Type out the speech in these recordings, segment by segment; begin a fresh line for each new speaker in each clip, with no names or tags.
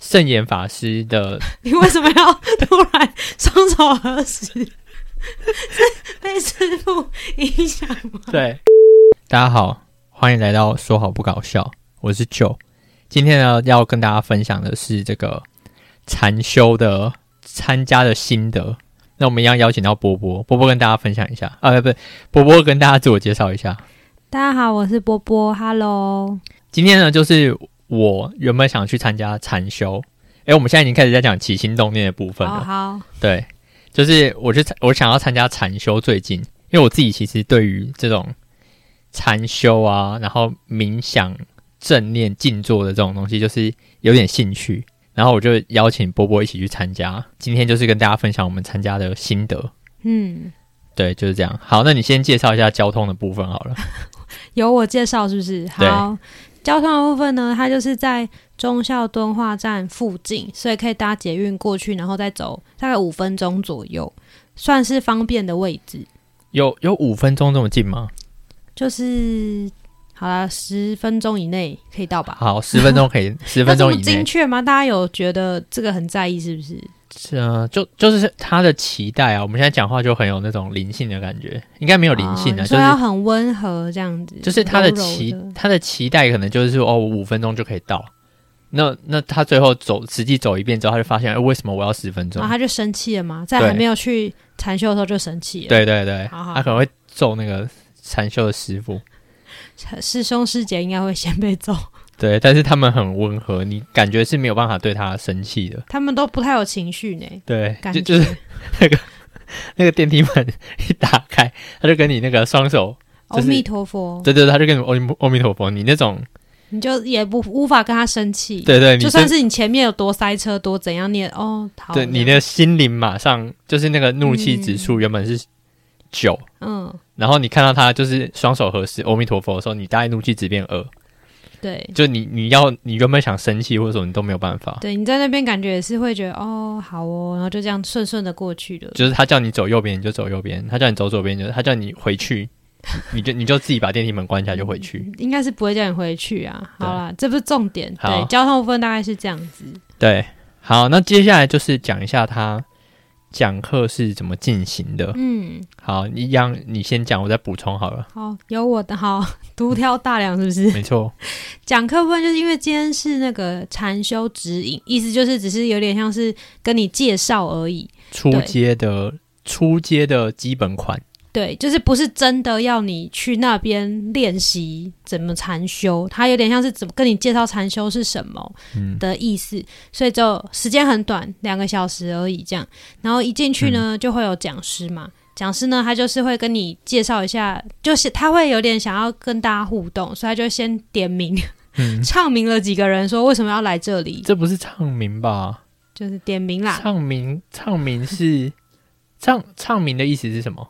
圣严法师的，
你为什么要突然双手合十？ 是被师傅影响吗？
对，大家好，欢迎来到说好不搞笑，我是九。今天呢，要跟大家分享的是这个禅修的参加的心得。那我们一样邀请到波波，波波跟大家分享一下，啊，不，波波跟大家自我介绍一下。
大家好，我是波波，Hello。
今天呢，就是我原本想去参加禅修，诶，我们现在已经开始在讲起心动念的部分
好
了。
哦好，
对，就是我去参我想要参加禅修，最近因为我自己其实对于这种禅修啊，然后冥想、正念、静坐的这种东西，就是有点兴趣。然后我就邀请波波一起去参加，今天就是跟大家分享我们参加的心得。
嗯，
对，就是这样。好，那你先介绍一下交通的部分好了。
由我介绍是不是？
对
好，嗯交通的部分呢，它就是在忠孝敦化站附近，所以可以搭捷运过去，然后再走大概五分钟左右，算是方便的位置。
有有五分钟这么近
嗯
吗？
就是好啦，十分钟以内可以到吧？
好，十分钟可 以，十分钟以
要这么
内
精。确吗？大家有觉得这个很在意是不是？
是啊，就就是他的期待啊。我们现在讲话就很有那种灵性的感觉，应该没有灵性啊，
哦你
就
说
是
要很温和这样子，
就是他的
柔柔
期
的
他的期待可能就是说哦，我五分钟就可以到。那那他最后走实际走一遍之后，他就发现，哎、为什么我要十分钟？
然哦后他就生气了嘛，在
对
还没有去禅修的时候就生气了。
对对对，
好好
他可能会揍那个禅修的师傅。
对，师兄师姐应该会先被揍，
对，但是他们很温和，你感觉是没有办法对他生气的。
他们都不太有情绪呢，
对，
感
就
觉
就是那个电梯门一打开，他就跟你那个双手，
阿
就是
弥陀佛，
对对，对他就跟你阿弥阿弥陀佛，你那种，
你就也不无法跟他生气。
对对，你
就算
真
是你前面有多塞车多怎样，你也哦嗯好，
对你的心灵马上就是那个怒气指数原本是九、
嗯
然后你看到他就是双手合十阿弥陀佛的时候，你大概怒气值变二，
对
就你你要你原本想生气或者什么你都没有办法，
对，你在那边感觉也是会觉得哦好哦，然后就这样顺顺的过去了。
就是他叫你走右边你就走右边，他叫你走左边你就他叫你回去，你就你就自己把电梯门关起来就回去。
应该是不会叫你回去啊。
对
好啦，这不是重点。
好
对，交通部分大概是这样子。
对，好，那接下来就是讲一下他讲课是怎么进行的。
嗯，
好，一样你先讲，我再补充好了。
好，有我的好， 独挑大梁是不是？
没错，
讲课部分就是因为今天是那个禅修指引，意思就是只是有点像是跟你介绍而已。
初阶的初阶的基本款，
对，就是不是真的要你去那边练习怎么禅修，它有点像是怎么跟你介绍禅修是什么
嗯，
的意思，所以就时间很短，两个小时而已这样。然后一进去呢，
嗯
就会有讲师嘛，讲师呢他就是会跟你介绍一下，就是他会有点想要跟大家互动，所以他就先点名，
嗯
唱名了几个人说为什么要来这里，
这不是唱名吧？
就是点名啦。
唱名，唱名是唱唱名的意思是什么？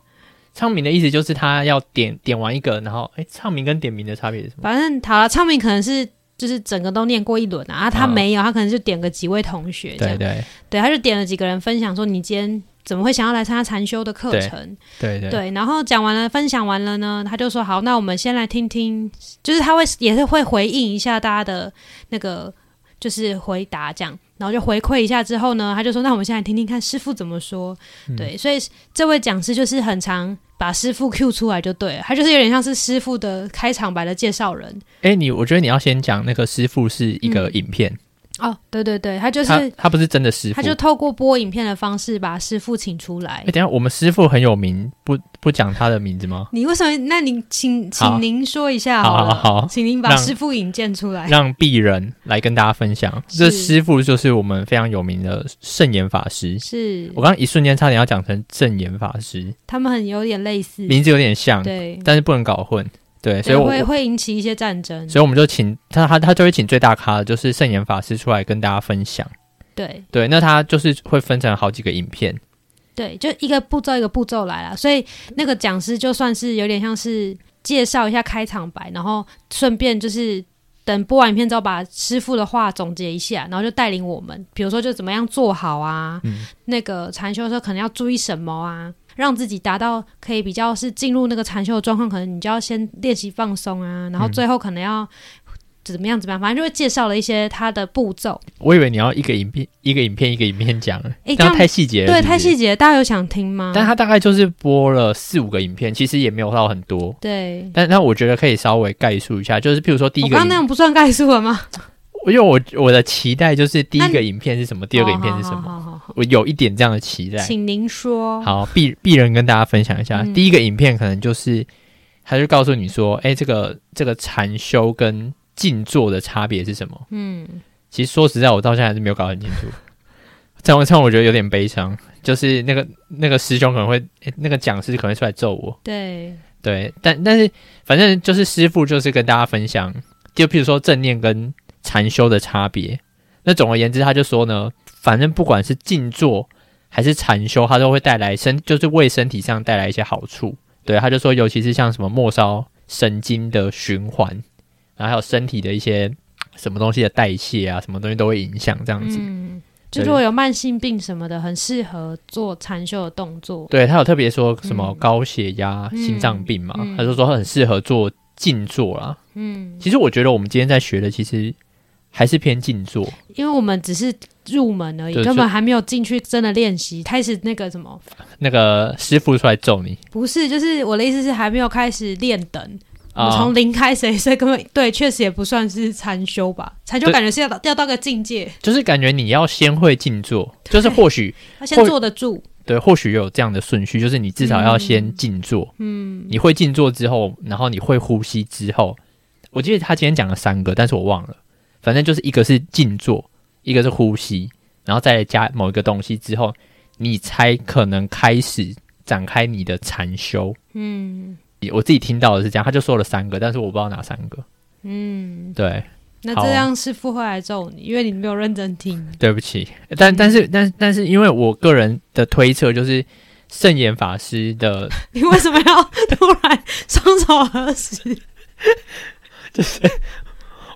唱名的意思就是他要点点完一个，然后哎，唱名跟点名的差别是什么？
反正好了，唱名可能是。就是整个都念过一轮啊，啊他
嗯
没有，他可能就点个几位同学这样
对，对
对，他就点了几个人分享说你今天怎么会想要来参加禅修的课程，
对对，
对，然后讲完了，分享完了呢，他就说好，那我们先来听听，就是他会也是会回应一下大家的那个就是回答这样，然后就回馈一下之后呢，他就说那我们先来听听看师傅怎么说，
嗯
对，所以这位讲师就是很常把师傅 Q 出来就对了，他就是有点像是师傅的开场白的介绍人
哎，你我觉得你要先讲那个师傅是一个
嗯
影片，
哦，对对对，他就
他
是
他不是真的师
他
傅。
就透过播影片的方式把师傅请出来
哎，，等一下我们师傅很有名，不不讲他的名字吗？
你为什么？那您请
好
请您说一下
好
了，
好好
请您把
让
师傅引荐出 来。
让鄙人来跟大家分享，这
是
师傅就是我们非常有名的圣严法师。
是
我刚刚一瞬间差点要讲成正言法师，
他们很有点类似，
名字有点像，
对，
但是不能搞混。对，所
嗯对
以我
会
我
会引起一些战争。
所以我们就请他他他就会请最大咖的，就是圣言法师出来跟大家分享。
对
对，那他就是会分成好几个影片，
对，就一个步骤一个步骤来啦。所以那个讲师就算是有点像是介绍一下开场白，然后顺便就是。等播完影片之后，把师傅的话总结一下，然后就带领我们，比如说就怎么样做好啊，
嗯
那个禅修的时候可能要注意什么啊，让自己达到可以比较
嗯
是进入那个禅修的状况，可能你就要先练习放松啊，然后最后可能要怎么样怎么样，反正就会介绍了一些它的步骤。
我以为你要一个影片一个影片一个影片讲，
诶
这
哎这
样
样
太细节了，
对，
是不
太
是
细。节，大家有想听吗？
但他大概就是播了四五个影片，其实也没有到很多。
对，
但那我觉得可以稍微概述一下，就是譬如说第一
我
个
刚刚
影
那，样不算概述了吗？
因为我我的期待就是第一
那哦
个影片是什么，第二个影片是什
好
么，
好好好好
我有一点这样的期待。
请您说。
好，必必人跟大家分享一下，
哦嗯
第一个影片可能就是，他就告诉你说，哎、这个这个禅修跟静坐的差别是什么？
嗯，
其实说实在，我到现在还是没有搞得很清楚。这样这样我觉得有点悲伤，就是那个那个师兄可能会，诶那个讲师可能会出来揍我。
对，
对，但但是反正就是师傅就是跟大家分享，就譬如说正念跟禅修的差别。那总而言之，他就说呢，反正不管是静坐还是禅修，它都会带来身，就是为身体上带来一些好处。对，他就说，尤其是像什么末梢神经的循环，然后还有身体的一些什么东西的代谢啊，什么东西都会影响这样子。
嗯，就如果有慢性病什么的，很适合做禅修的动作。
对他有特别说什么
嗯
高血压、心脏病嘛，
嗯嗯
他就说很适合做静坐啦。
嗯，
其实我觉得我们今天在学的，其实还是偏静坐。
因为我们只是入门而已，
对
根本还没有进去真的练习，开始那个什么，
那个师傅出来揍你
不是，就是我的意思是还没有开始练等。我们
啊、
从零开始，所以根本对，确实也不算是禅修吧。禅修
对
感觉是要到要到个境界，
就是感觉你要先会静坐，就是
对
或许
要先
或
坐得住。
对，或许有这样的顺序，就是你至少要先静坐，嗯，你会静坐之后，然后你会呼吸之后，我记得他今天讲了三个，但是我忘了，反正就是一个是静坐，一个是呼吸，然后再加某一个东西之后，你才可能开始展开你的禅修。
嗯
我自己听到的是这样，他就说了三个，但是我不知道哪三个。
嗯，
对，
那
好啊
这样师傅会来揍你，因为你没有认真听。
对不起，但但是但但是，因为我个人的推测就是圣严法师的，
你为什么要突然双手合十？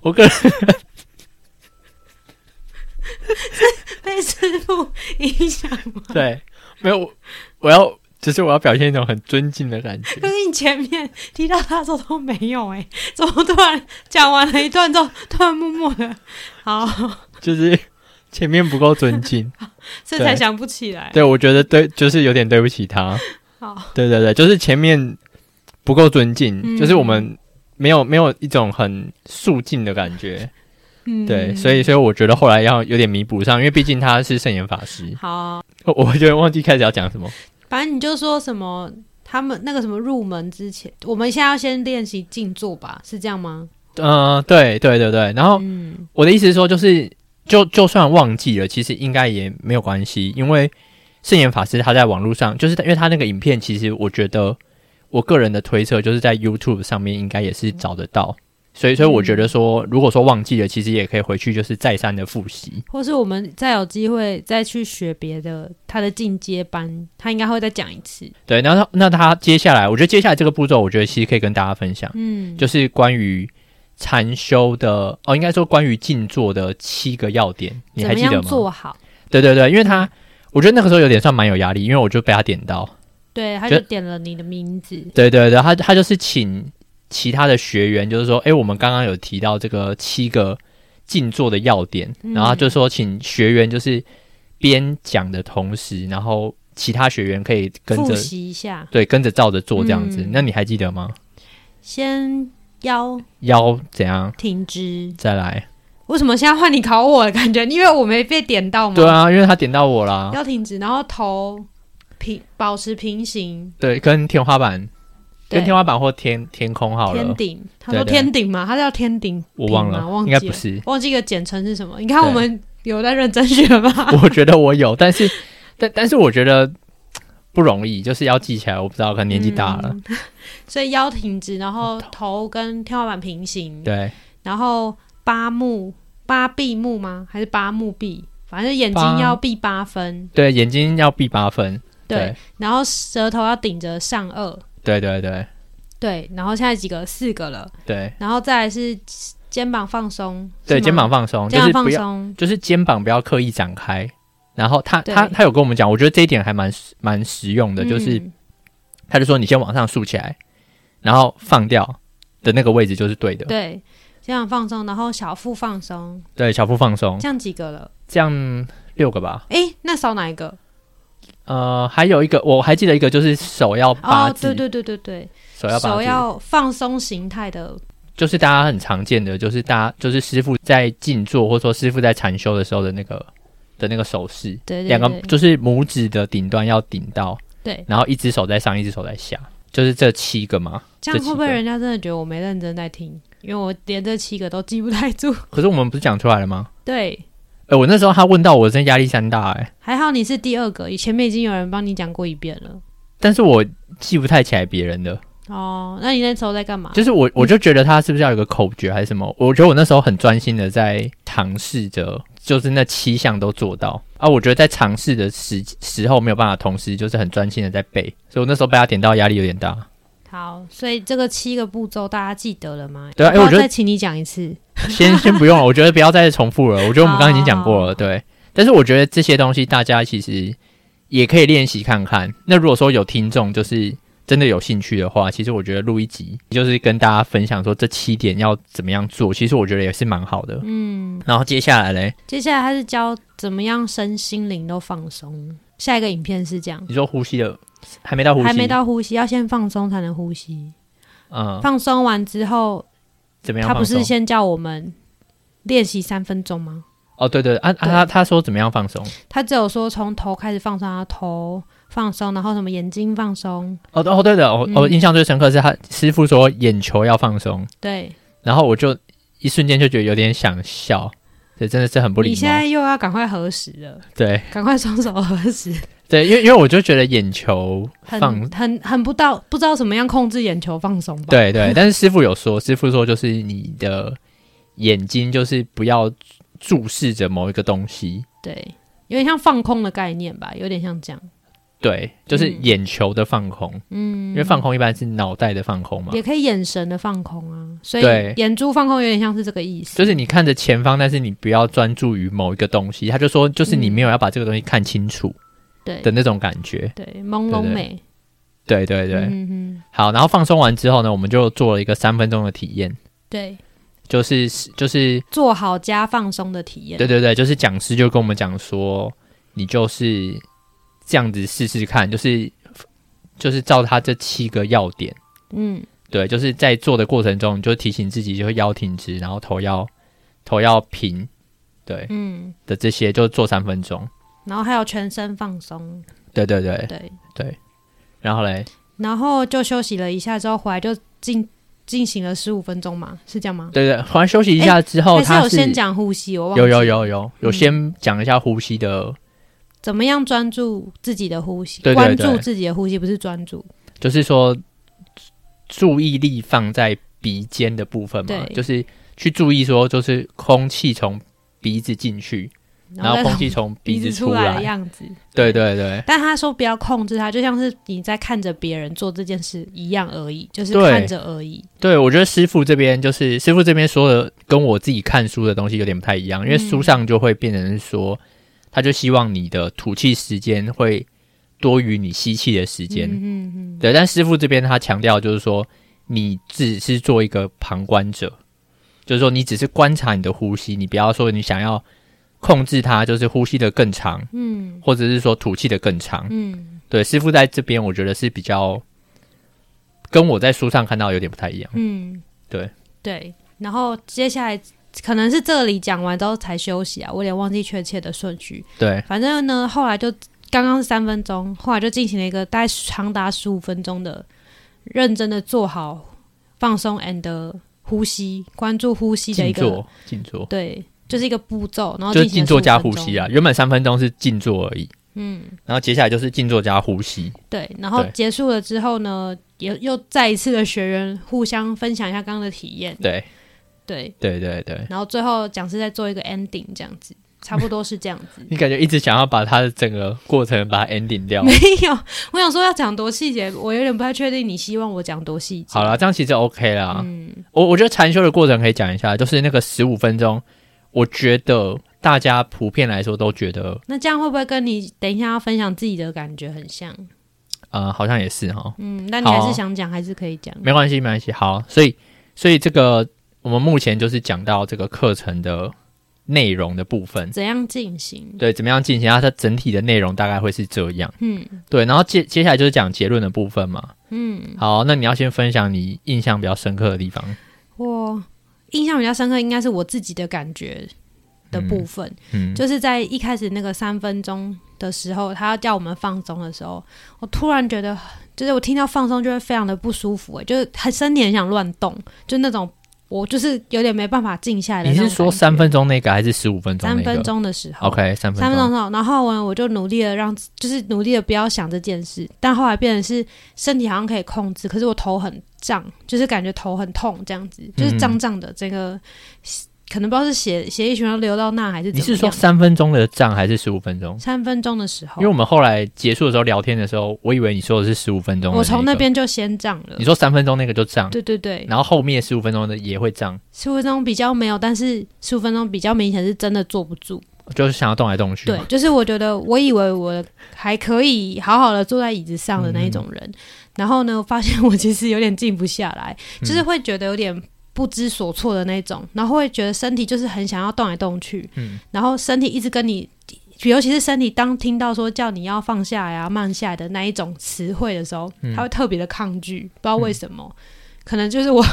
我个人
被师傅影响？
对没有，我我要就是我要表现一种很尊敬的感觉
可，是你前面提到他的时候都没有哎、怎么突然讲完了一段之后，突然默默的，好，
就是前面不够尊敬，
这才想不起来。
对我觉得对，就是有点对不起他，
好，
对对对，就是前面不够尊敬，
嗯
就是我们没有没有一种很肃静的感觉，
嗯，
对，所以所以我觉得后来要有点弥补上，因为毕竟他是圣严法师，
好啊，
我我觉得忘记开始要讲什么。
反正你就说什么。他们那个什么入门之前，我们现在要先练习静坐吧，是这样吗？
嗯，对对对对。然后
嗯
我的意思是说，就是就就算忘记了，其实应该也没有关系，因为圣严法师他在网络上，就是因为他那个影片，其实我觉得我个人的推测，就是在 YouTube 上面应该也是找得到。所以，所以我觉得说，如果说忘记了，其实也可以回去，就是再三的复习。
或是我们再有机会再去学别的他的进阶班，他应该会再讲一次。
对，然后那他接下来，我觉得接下来这个步骤，我觉得其实可以跟大家分享，
嗯，
就是关于禅修的，哦，应该说关于静坐的七个要点，你
怎
还
么
记得
样
吗？
做好？
对对对，因为他，我觉得那个时候有点算蛮有压力，因为我就被他点到。
对，他
就
就点了你的名字。
对对对，他他就是请其他的学员，就是说，诶，我们刚刚有提到这个七个静坐的要点，
嗯
然后他就说请学员就是边讲的同时，然后其他学员可以跟
复
着。
习一下，
对，跟着照着做这样子，
嗯
那你还记得吗？
先腰
腰怎样？
挺直。
再来。
为什么现在换你考我的感觉？因为我没被点到嘛。
对，啊，因为他点到我啦。
腰挺直，然后头平，保持平行，
对，跟天花板，
对
跟天花板或天天空好
天
了，
顶。他
对
说
对
天顶嘛，他叫天顶，
我忘
平
了，
吗忘
应
记
该
了
不是。
忘记个简称是什么。你看
对
我们有在认真学吧？
我觉得我有，但是 但但是我觉得嘖不容易，就是要记起来。我不知道，可能年纪大了，
嗯， 所以腰挺直，然后头跟天花板平行，
对，
然后八目八闭目吗？还是八目闭？反正眼
八
睛要闭八分，
对，眼睛要闭八分，
对，然后舌头要顶着上颚，
对对对
对，然后现在几个四个了，
对
然后再来是肩膀放松，
对，
是吗
肩膀放松，
肩
就是
膀
不
放
要，
松，
就是肩膀不要刻意展开。然后他
对
他他有跟我们讲，我觉得这一点还蛮实蛮实用的，就是
嗯
他就说你先往上竖起来，然后放掉的那个位置就是对的。
对。肩膀放松，然后小腹放松，
对，小腹放松，
这样几个了？
这样六个吧。
诶，那少哪一个？
呃，还有一个我还记得一个就是手要八
哦，
字，
对对对对对，
手要八
手
字，
要放松形态的，
就是大家很常见的，就是大家就是师傅在静坐或者说师傅在禅修的时候的那个的那个手势，
对对对，
两个就是拇指的顶端要顶到，
对，
然后一只手在上，一只手在下，就是这七个嘛。
这样
这
会不会
几个
人家真的觉得我没认真在听？因为我连这七个都记不太住。
可是我们不是讲出来了吗？
对，
哎、我那时候他问到我，真的压力山大哎、
还好你是第二个，前面已经有人帮你讲过一遍了。
但是我记不太起来别人的，
哦，那你那时候在干嘛？
就是我我就觉得他是不是要有个口诀还是什么？我觉得我那时候很专心的在尝试着，就是那七项都做到啊。我觉得在尝试的时时候没有办法同时就是很专心的在背，所以我那时候被他点到压力有点大。
好，所以这个七个步骤大家记得了吗？
对啊
要不
哎我觉
要
得
再请你讲一次。
先先不用 了，我觉得不要再重复了。我觉得我们刚刚已经讲过了，对。但是我觉得这些东西大家其实也可以练习看看。那如果说有听众就是真的有兴趣的话，其实我觉得录一集就是跟大家分享说这七点要怎么样做，其实我觉得也是蛮好的。
嗯，
然后接下来嘞，
接下来他是教怎么样身心灵都放松。下一个影片是这样，
你说呼吸的还没到呼吸，
还没，到呼吸，要先放松才能呼吸。
嗯，
放松完之后，
怎么样
他不
放松？
是先叫我们练习三分钟吗？
哦，对对，啊啊，
对
他他说怎么样放松？
他只有说从头开始放松，然后头放松，然后什么眼睛放松，
哦哦，对的，我、我印象最深刻是他师傅说眼球要放松，
对，
然后我就一瞬间就觉得有点想笑，对，真的是很不
你
礼
现
貌
在。又要赶快核实了，
对
赶快双手核 实，
对，因为因为我就觉得眼 球
很
放，
很很不到不知道怎么样控制眼球放松吧？，
对对，但是师傅有说，师傅说就是你的眼睛就是不要注视着某一个东西，
对，有点像放空的概念吧，有点像这样，
对，就是
嗯
眼球的放空，嗯，因为放空一般是脑袋的放空嘛，
也可以眼神的放空啊，所以
对
眼珠放空有点像是这个意思，
就是你看着前方，但是你不要专注于某一个东西。他就说，就是你没有要把这个东西看清楚
对
的那种感觉。
对，朦胧
对对
美，
对对对，
嗯嗯，
好。然后放松完之后呢，我们就做了一个三分钟的体验，
对，
就是就是
做好加放松的体验，
对对对，就是讲师就跟我们讲说，你就是这样子试试看，就是就是照他这七个要点，
嗯，
对，就是在做的过程中，你就提醒自己，就是腰挺直，然后头要头要平，对，
嗯，
的这些就做三分钟。
然后还有全身放松，
对对对，
对。
然后嘞，
然后就休息了一下之后，回来就进进行了十五分钟嘛，是这样吗？
对对，后来休息一下之后，
哎还是
哦他
有先讲呼吸，我忘
有
记嗯
有
了
有有有先讲一下呼吸的，
怎么样专注自己的呼吸，
对对
关
对
注自己的呼吸，不是专注，
就是说注意力放在鼻尖的部分嘛，
对
就是去注意说，就是空气从鼻子进去，然后
再
空
从
气从鼻
子
子出
来的
来。
样子。
对对对
但他说不要控制它，就像是你在看着别人做这件事一样而已，就是
对
看着而已。
对，我觉得师傅这边就是师傅这边说的，跟我自己看书的东西有点不太一样，因为
嗯
书上就会变成是说，他就希望你的吐气时间会多于你吸气的时间。
嗯嗯
对，但师傅这边他强调就是说，你只是做一个旁观者，就是说你只是观察你的呼吸，你不要说你想要控制它，就是呼吸的更长，
嗯
或者是说吐气的更长。
嗯
对，师傅在这边我觉得是比较跟我在书上看到有点不太一样。
嗯，
对
对。然后接下来可能是这里讲完之后才休息啊，我有点忘记确切的顺序。
对
反正呢，后来就刚刚是三分钟，后来就进行了一个大概长达十五分钟的认真的做好放松 and 呼吸，关注呼吸的一
静
个哦
坐，静坐
对，就是一个步骤，然后
就是
进
静
行了
坐加
15分
呼
钟
吸啊，，原本三分钟是静坐而已，嗯，然后接下来就是静坐加呼吸，
对，然后
对
结束了之后呢，也又再一次的学员互相分享一下刚刚的体验，
对
对，
对对对。。
然后最后讲师再做一个 ending 这样子，差不多是这样子
你感觉一直想要把他的整个过程把它 ending 掉，
没有，哎我想说要讲多细节，我有点不太确定你希望我讲多细节。
好啦，这样其实 OK 啦。
嗯
我我觉得禅修的过程可以讲一下，就是那个十五分钟，我觉得大家普遍来说都觉得，
那这样会不会跟你等一下要分享自己的感觉很像？
呃，好像也是哈，
嗯，那你
好啊
还是想讲，还是可以讲。
没关系，没关系。好，所以所以这个我们目前就是讲到这个课程的内容的部分，
怎样进行？
对，怎么样进行？它它整体的内容大概会是这样，
嗯
对。然后接接下来就是讲结论的部分嘛。
嗯，
好，那你要先分享你印象比较深刻的地方。
我印象比较深刻应该是我自己的感觉的部分，
嗯，
就是在一开始那个三分钟的时候，他要叫我们放松的时候，我突然觉得，就是我听到放松就会非常的不舒服、欸，就是很身体很想乱动，就那种我就是有点没办法静下来的
你
那种
是
感
说
觉。
三分钟那个还是十五分钟那
三
个？
分钟的时候
OK，三分
三分钟
钟。
之后，然后呢，我就努力的让，就是努力的不要想这件事，但后来变成是身体好像可以控制，可是我头很胀，就是感觉头很痛这样子，就是
嗯
胀胀的，这个可能不知道是血血液循环流到那还是怎
你
么样。
是
哦
说三分钟的账还是十五分钟？
三分钟的时候
因为？我们后来结束的时候聊天的时候，我以为你说的是十五分钟的一个。
我从那边就先胀了
你。说三分钟那个就涨，
对对对，
然后后面十五分钟的也会涨，
十五分钟比较没有，但是十五分钟比较明显是真的坐不住。
就是想要动来动去
对
嘛。，
就是我觉得我以为我还可以好好的坐在椅子上的那一种人，
嗯
然后呢，我发现我其实有点静不下来，
嗯
就是会觉得有点不知所措的那种，然后会觉得身体就是很想要动来动去，
嗯
然后身体一直跟你。尤其是身体，当听到说叫你要放下呀、慢下来的那一种词汇的时候，
嗯
他会特别的抗拒，不知道为什么，可能就是我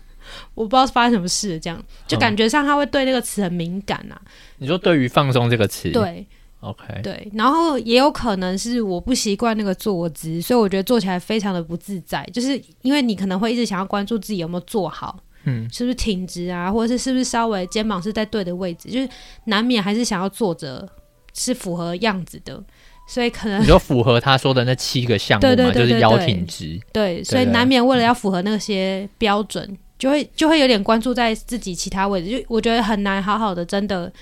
我不知道发生什么事了，这样就
哦
感觉上他会对那个词很敏感啊。
你说对于放松这个词，
对，
，OK，
对，然后也有可能是我不习惯那个坐姿，所以我觉得坐起来非常的不自在，就是因为你可能会一直想要关注自己有没有坐好，
嗯，
是不是挺直啊，或者是是不是稍微肩膀是在对的位置，就是难免还是想要坐着是符合样子的，所以可能
你说符合他说的那七个项目
对对
嘛，
对
就是
对
腰
对
挺直，
对，所以
对
难免为了要符合那些标准，就会就会有点关注在自己其他位置，就我觉得很难好好的，真的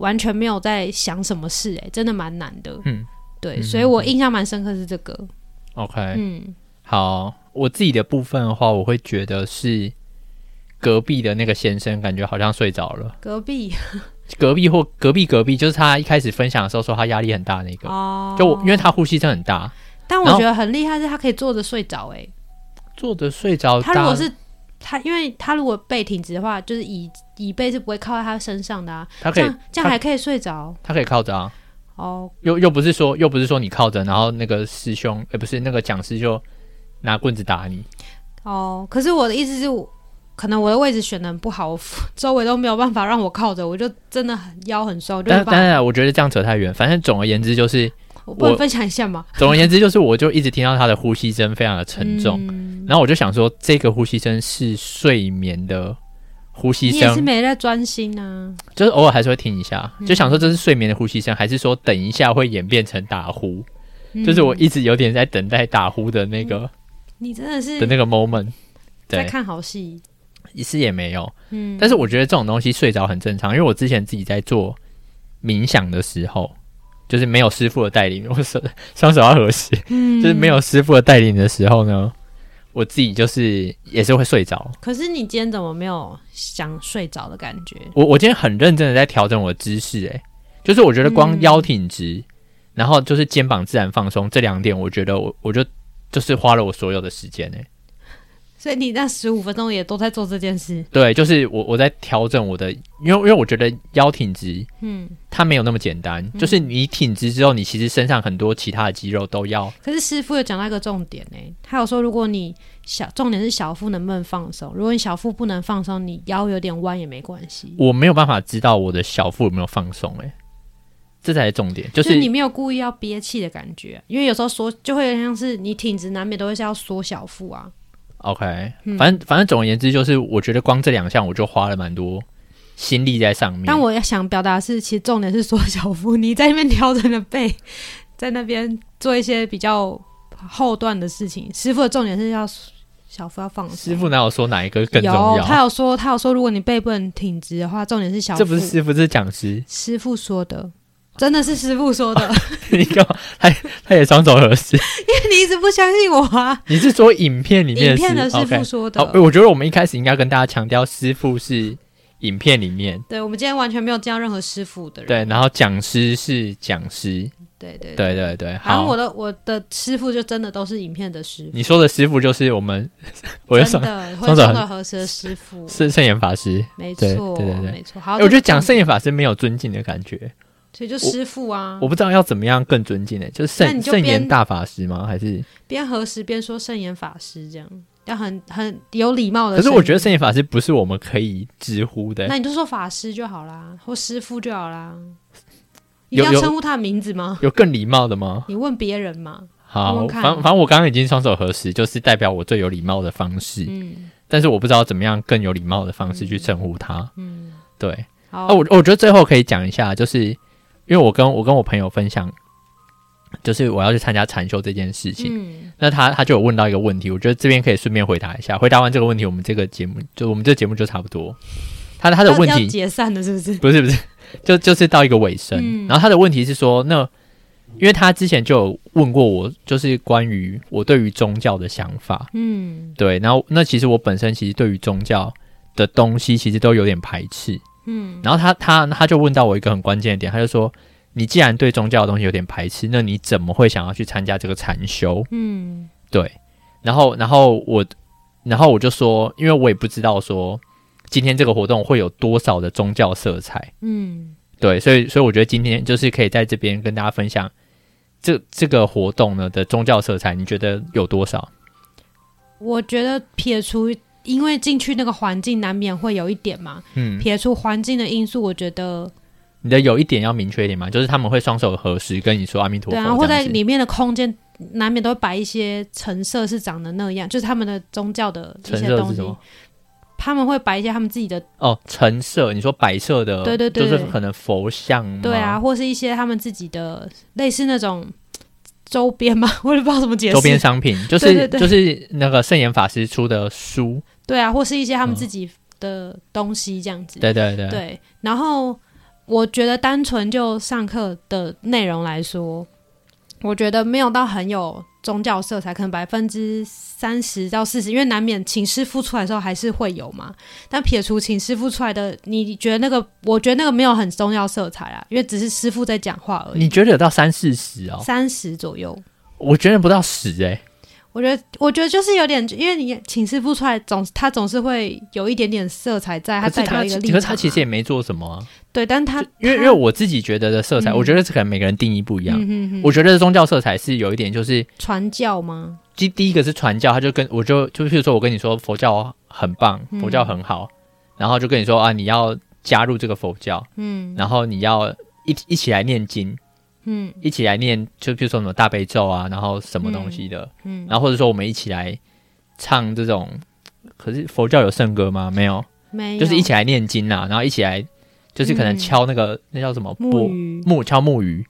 完全没有在想什么事、欸，哎，真的蛮难的。
嗯，
对，所以我印象蛮深刻是这个，
，OK，
嗯，
好，我自己的部分的话，我会觉得是隔壁的那个先生感觉好像睡着了，
隔壁
隔壁或隔壁隔壁，就是他一开始分享的时候说他压力很大那个，
哦，
就我因为他呼吸声很大，
但我
然后
觉得很厉害是他可以坐着睡着、欸，
坐着睡着，
他如果是。他因为他如果背挺直的话，就是椅椅背是不会靠在他身上的啊，
他可
这
以
样这样
他
还可以睡着
他可以靠着啊，
哦。
又又不是说又不是说你靠着，然后那个师兄，呃，不是那个讲师就拿棍子打你。
哦，可是我的意思是我，可能我的位置选的不好，我周围都没有办法让我靠着，我就真的很腰很酸，我就没
但当
办法。
然，我觉得这样扯太远。反正总而言之，就是
我不能
我
分享一下吗？
总而言之，就是我就一直听到他的呼吸声非常的沉重，
嗯
然后我就想说，这个呼吸声是睡眠的呼吸
你也是
声，
没在嗯专心啊。
就是偶尔还是会听一下，就想说这是睡眠的呼吸声，还是说等一下会演变成打呼？就是我
嗯
一直有点在等待打呼的那个、
你真的是
的那个 moment。
在
对，
看好戏，
一次也没有。
嗯，
但是我觉得这种东西睡着很正常，因为我之前自己在做冥想的时候，就是没有师傅的带领，我手双手要合十，
嗯
就是没有师傅的带领的时候呢，我自己就是也是会睡着。
可是你今天怎么没有想睡着的感觉？
我我今天很认真的在调整我的姿势，诶，就是我觉得光
嗯
腰挺直，然后就是肩膀自然放松这两点，我觉得我我就就是花了我所有的时间，欸诶。
所以你那十五分钟也都在做这件事。
对，就是我我在调整我的，因为因为我觉得腰挺直
嗯，
它没有那么简单，就是你挺直之后，你其实身上很多其他的肌肉都要。
可是师傅有讲到一个重点呢、欸他有说如果你小重点是小腹能不能放松，如果你小腹不能放松，你腰有点弯也没关系。
我没有办法知道我的小腹有没有放松，哎，这才是重点。就
就是你没有故意要憋气的感觉，因为有时候缩就会有点像是你挺直，难免都会是要缩小腹啊。
OK，反正
嗯
反正总而言之，就是我觉得光这两项我就花了蛮多心力在上面。
但我要想表达的是，其实重点是缩小腹，你在那边调整的背， 在那边做一些比较后段的事情。师傅的重点是要小腹要放松。
师傅哪有说哪一个更重
有，他
要？
有说，他有说，如果你背不能挺直的话，重点是小腹。
这不是师傅，这是讲师。
师傅说的，真的是师傅说的。
你干嘛？他他也双手合十。
你一直不相信我啊？
你是说影片里面
影
的
片的师
OK
傅说的。
好，嗯我觉得我们一开始应该跟大家强调，师傅是影片里面。
对，我们今天完全没有见到任何师傅的人。
对，然后讲师是讲师，
对对
对对对，
然后我
好。
的我的师傅就真的都是影片的师
你说的师傅就是我们，
傅，
我要
真
上
的会
上手
送
很
到合适的师傅，
是圣严法师。
没
对
错，
对对对
没错。好，
哎我觉得讲
这
圣严法师没有尊敬的感觉，
所以就师傅啊
我，不知道要怎么样更尊敬呢、欸就是
那你
圣
就
圣
边
严大法师吗？还是？
边核实边说圣严法师这样，要很很有礼貌的。
可是我觉得圣严法师不是我们可以直呼的、
呃
欸
那你就说法师就好啦，或师傅就好啦。一
有
定要称呼他的名字吗？
有更礼貌的吗？
你问别人嘛。
好，
问问看
反反正我刚刚已经双手合十，就是代表我最有礼貌的方式，
嗯
但是我不知道怎么样更有礼貌的方式去称呼他。
嗯，
对，
好，
啊，我我觉得最后可以讲一下，就是因为我跟我跟我朋友分享，就是我要去参加禅修这件事情，
嗯
那他他就有问到一个问题，我觉得这边可以顺便回答一下。回答完这个问题，我们这个节目就我们这个节目就差不多。他他的
要
问
要
题
解散了是不是？
不是不是，就就是到一个尾声。
嗯
然后他的问题是说，那因为他之前就有问过我，就是关于我对于宗教的想法。
嗯
对，然后那其实我本身其实对于宗教的东西其实都有点排斥。
嗯
然后他他他就问到我一个很关键的点，他就说：“你既然对宗教的东西有点排斥，那你怎么会想要去参加这个禅修
嗯？”
对，然后然后我然后我就说，因为我也不知道说今天这个活动会有多少的宗教色彩。
嗯
对，所以所以我觉得今天就是可以在这边跟大家分享这这个活动呢的宗教色彩，你觉得有多少？
我觉得撇除，因为进去那个环境难免会有一点嘛，
嗯，
撇除环境的因素，我觉得
你的有一点要明确一点嘛，就是他们会双手合十跟你说阿弥陀佛
对
这
啊，
样
或在
子，
里面的空间难免都会摆一些陈设是长得那样，就是他们的宗教的一
橙
些
色
东
是什
西
么，？
他们会摆一些他们自己的
哦，橙色，你说白色的，
对对对
就是可能佛像吗
对啊，，或是一些他们自己的类似那种周边嘛， 我也不知道怎么解释。
周边商品，就是
对对对
就是那个圣严法师出的书，
对啊，或是一些他们自己的东西这样子。
对对对，
对然后我觉得单纯就上课的内容来说，我觉得没有到很有宗教色彩，可能百分之三十到四十，因为难免请师傅出来的时候还是会有嘛。但撇除请师傅出来的，你觉得那个？我觉得那个没有很宗教色彩啊，因为只是师傅在讲话而已。
你觉得有到三四十哦？
三十左右，
我觉得不到十哎、
我觉得，我觉得就是有点，因为你请师傅出来总，他总是会有一点点色彩在，
可是
代
他
表一个立
可
场、
是他其实也没做什 么、啊，
对，但他
因为因为我自己觉得的色彩，
嗯
我觉得这可能每个人定义不一样。
嗯嗯
我觉得宗教色彩是有一点，就是
传教吗？
第第一个是传教，他就跟我就就譬如说我跟你说佛教很棒，
嗯
佛教很好，然后就跟你说啊你要加入这个佛教，
嗯
然后你要一一起来念经，
嗯
一起来念就譬如说什么大悲咒啊，然后什么东西的，
嗯，
然后或者说我们一起来唱这种，可是佛教有圣歌吗？没有，
没有，
就是一起来念经啊啦、然后一起来就是可能
嗯
敲那个、那叫什么
木
钵
鱼，
木敲木鱼，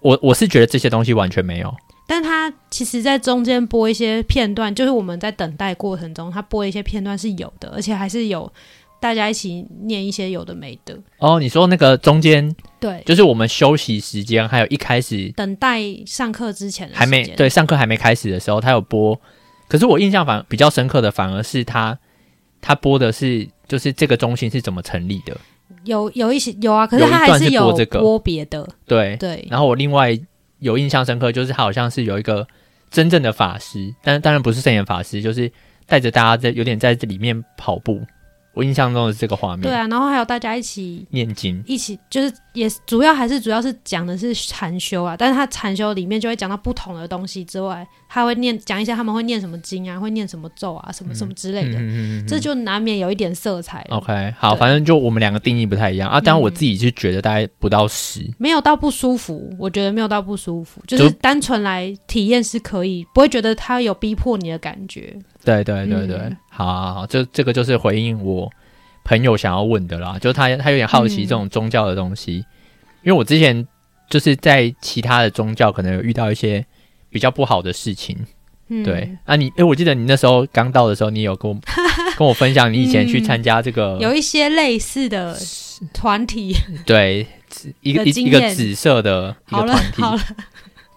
我我是觉得这些东西完全没有。
但他其实在中间播一些片段，就是我们在等待过程中，他播一些片段是有的，而且还是有大家一起念一些有的没的，
哦，你说那个中间
对，
就是我们休息时间，还有一开始
等待上课之前的
还没
时间，
对上课还没开始的时候，他有播。可是我印象反比较深刻的，反而是他他播的是就是这个中心是怎么成立的。
有有一些有啊，可是
有一
他还
段是播
有
这个
播别的，
对，
对，
然后我另外有印象深刻，就是他好像是有一个真正的法师，但当然不是圣严法师，就是带着大家在有点在这里面跑步。我印象中的是这个画面，
对啊，然后还有大家一起
念经。
一起就是也是主要还是主要是讲的是禅修啊，但是他禅修里面就会讲到不同的东西之外，他会念讲一些他们会念什么经啊，会念什么咒啊，什么什么之类
嗯
的，
嗯嗯嗯
这就难免有一点色彩了
OK，好，
对嗯
反正就我们两个定义不太一样啊。当然我自己是觉得大概不到十、
没有到不舒服，我觉得没有到不舒服，就是单纯来体验是可以，不会觉得他有逼迫你的感觉。
对对对对，
嗯
好好好，这这个就是回应我朋友想要问的啦，就是他他有点好奇
嗯
这种宗教的东西，因为我之前就是在其他的宗教可能有遇到一些比较不好的事情。
嗯，
对，，啊你，哎、我记得你那时候刚到的时候，你有 跟我跟我分享你以前去参加这个、
嗯有一些类似的团体。
对紫一个
的
一
经
一个
验
紫色的一
好
个
了
团体
好了，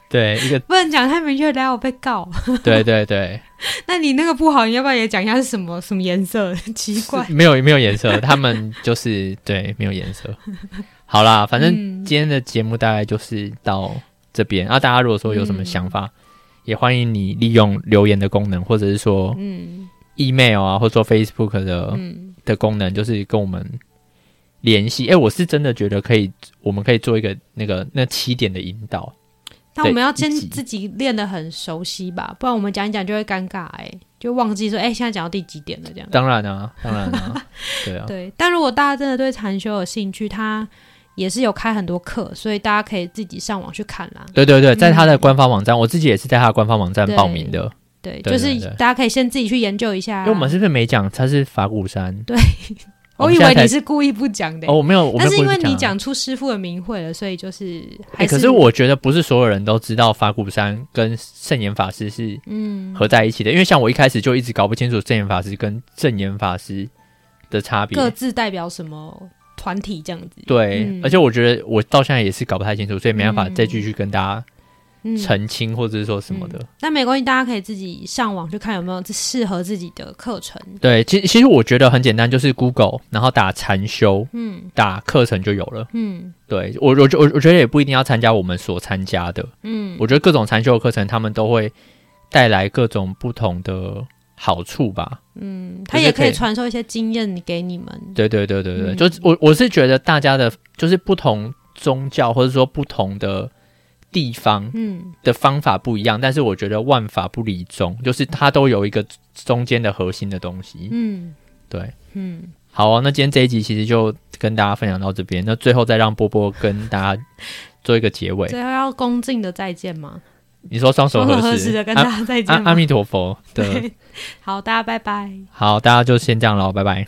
对一个
不能讲太明确，等下我被告。
对对对，
那你那个不好，你要不要也讲一下是什么什么颜色？ 奇怪。
没有没有颜色，他们就是对没有颜色。好啦，反正
嗯
今天的节目大概就是到这边。啊，大家如果说有
嗯
什么想法，也欢迎你利用留言的功能，或者是说
嗯
email 啊，或者说 Facebook 的、
嗯，
的功能，就是跟我们联系。哎、我是真的觉得可以，我们可以做一个那个那七点的引导。
但我们要先
一集
自己练得很熟悉吧，不然我们讲一讲就会尴尬哎、就忘记说哎、现在讲到第几点了这样。
当然啊，当然 啊，对啊，
对，但如果大家真的对禅修有兴趣，他也是有开很多课，所以大家可以自己上网去看啦。
对对对，在
嗯
他的官方网站，我自己也是在他的官方网站
对
报名的。
对，
对
就是
对对
大家可以先自己去研究一下啊。
因为我们是不是没讲他是法鼓山？
对，
我
我
们
以
现在
为
才
你是故意不讲的欸、
哦，我没有，我没
但
有
是
故
因
意
为
啊
你。讲出师傅的名讳了，所以就是还
哎、可是我觉得不是所有人都知道法鼓山跟圣严法师是
嗯
合在一起的，因为像我一开始就一直搞不清楚圣严法师跟正严法师的差别。
各自代表什么团体这样子，
对，
嗯
而且我觉得我到现在也是搞不太清楚，所以没办法
嗯
再继续跟大家
嗯，
澄清或者是说什么的。
嗯那没关系，大家可以自己上网去看有没有适合自己的课程。
对，其其实我觉得很简单，就是 Google，然后打禅修，
嗯
打课程就有了。
嗯
对我，我觉我我觉得也不一定要参加我们所参加的，
嗯，
我觉得各种禅修的课程，他们都会带来各种不同的好处吧。
嗯，他
就是
也可
可
以
以
传授一些经验给你们。
对对对对对，
嗯
就是我我是觉得大家的，就是不同宗教或者说不同的地方，
嗯
的方法不一样，但是我觉得万法不离宗，就是它都有一个中间的核心的东西。
嗯
对，
嗯，
好啊，那今天这一集其实就跟大家分享到这边，那最后再让波波跟大家做一个结 尾。
最后要恭敬的再见吗？
你说双手
双手合
合
十
十，
的跟大
阿
家再
阿
见
阿
吗？
弥陀佛的，
好，大家拜拜。
好，大家就先这样喽，拜拜。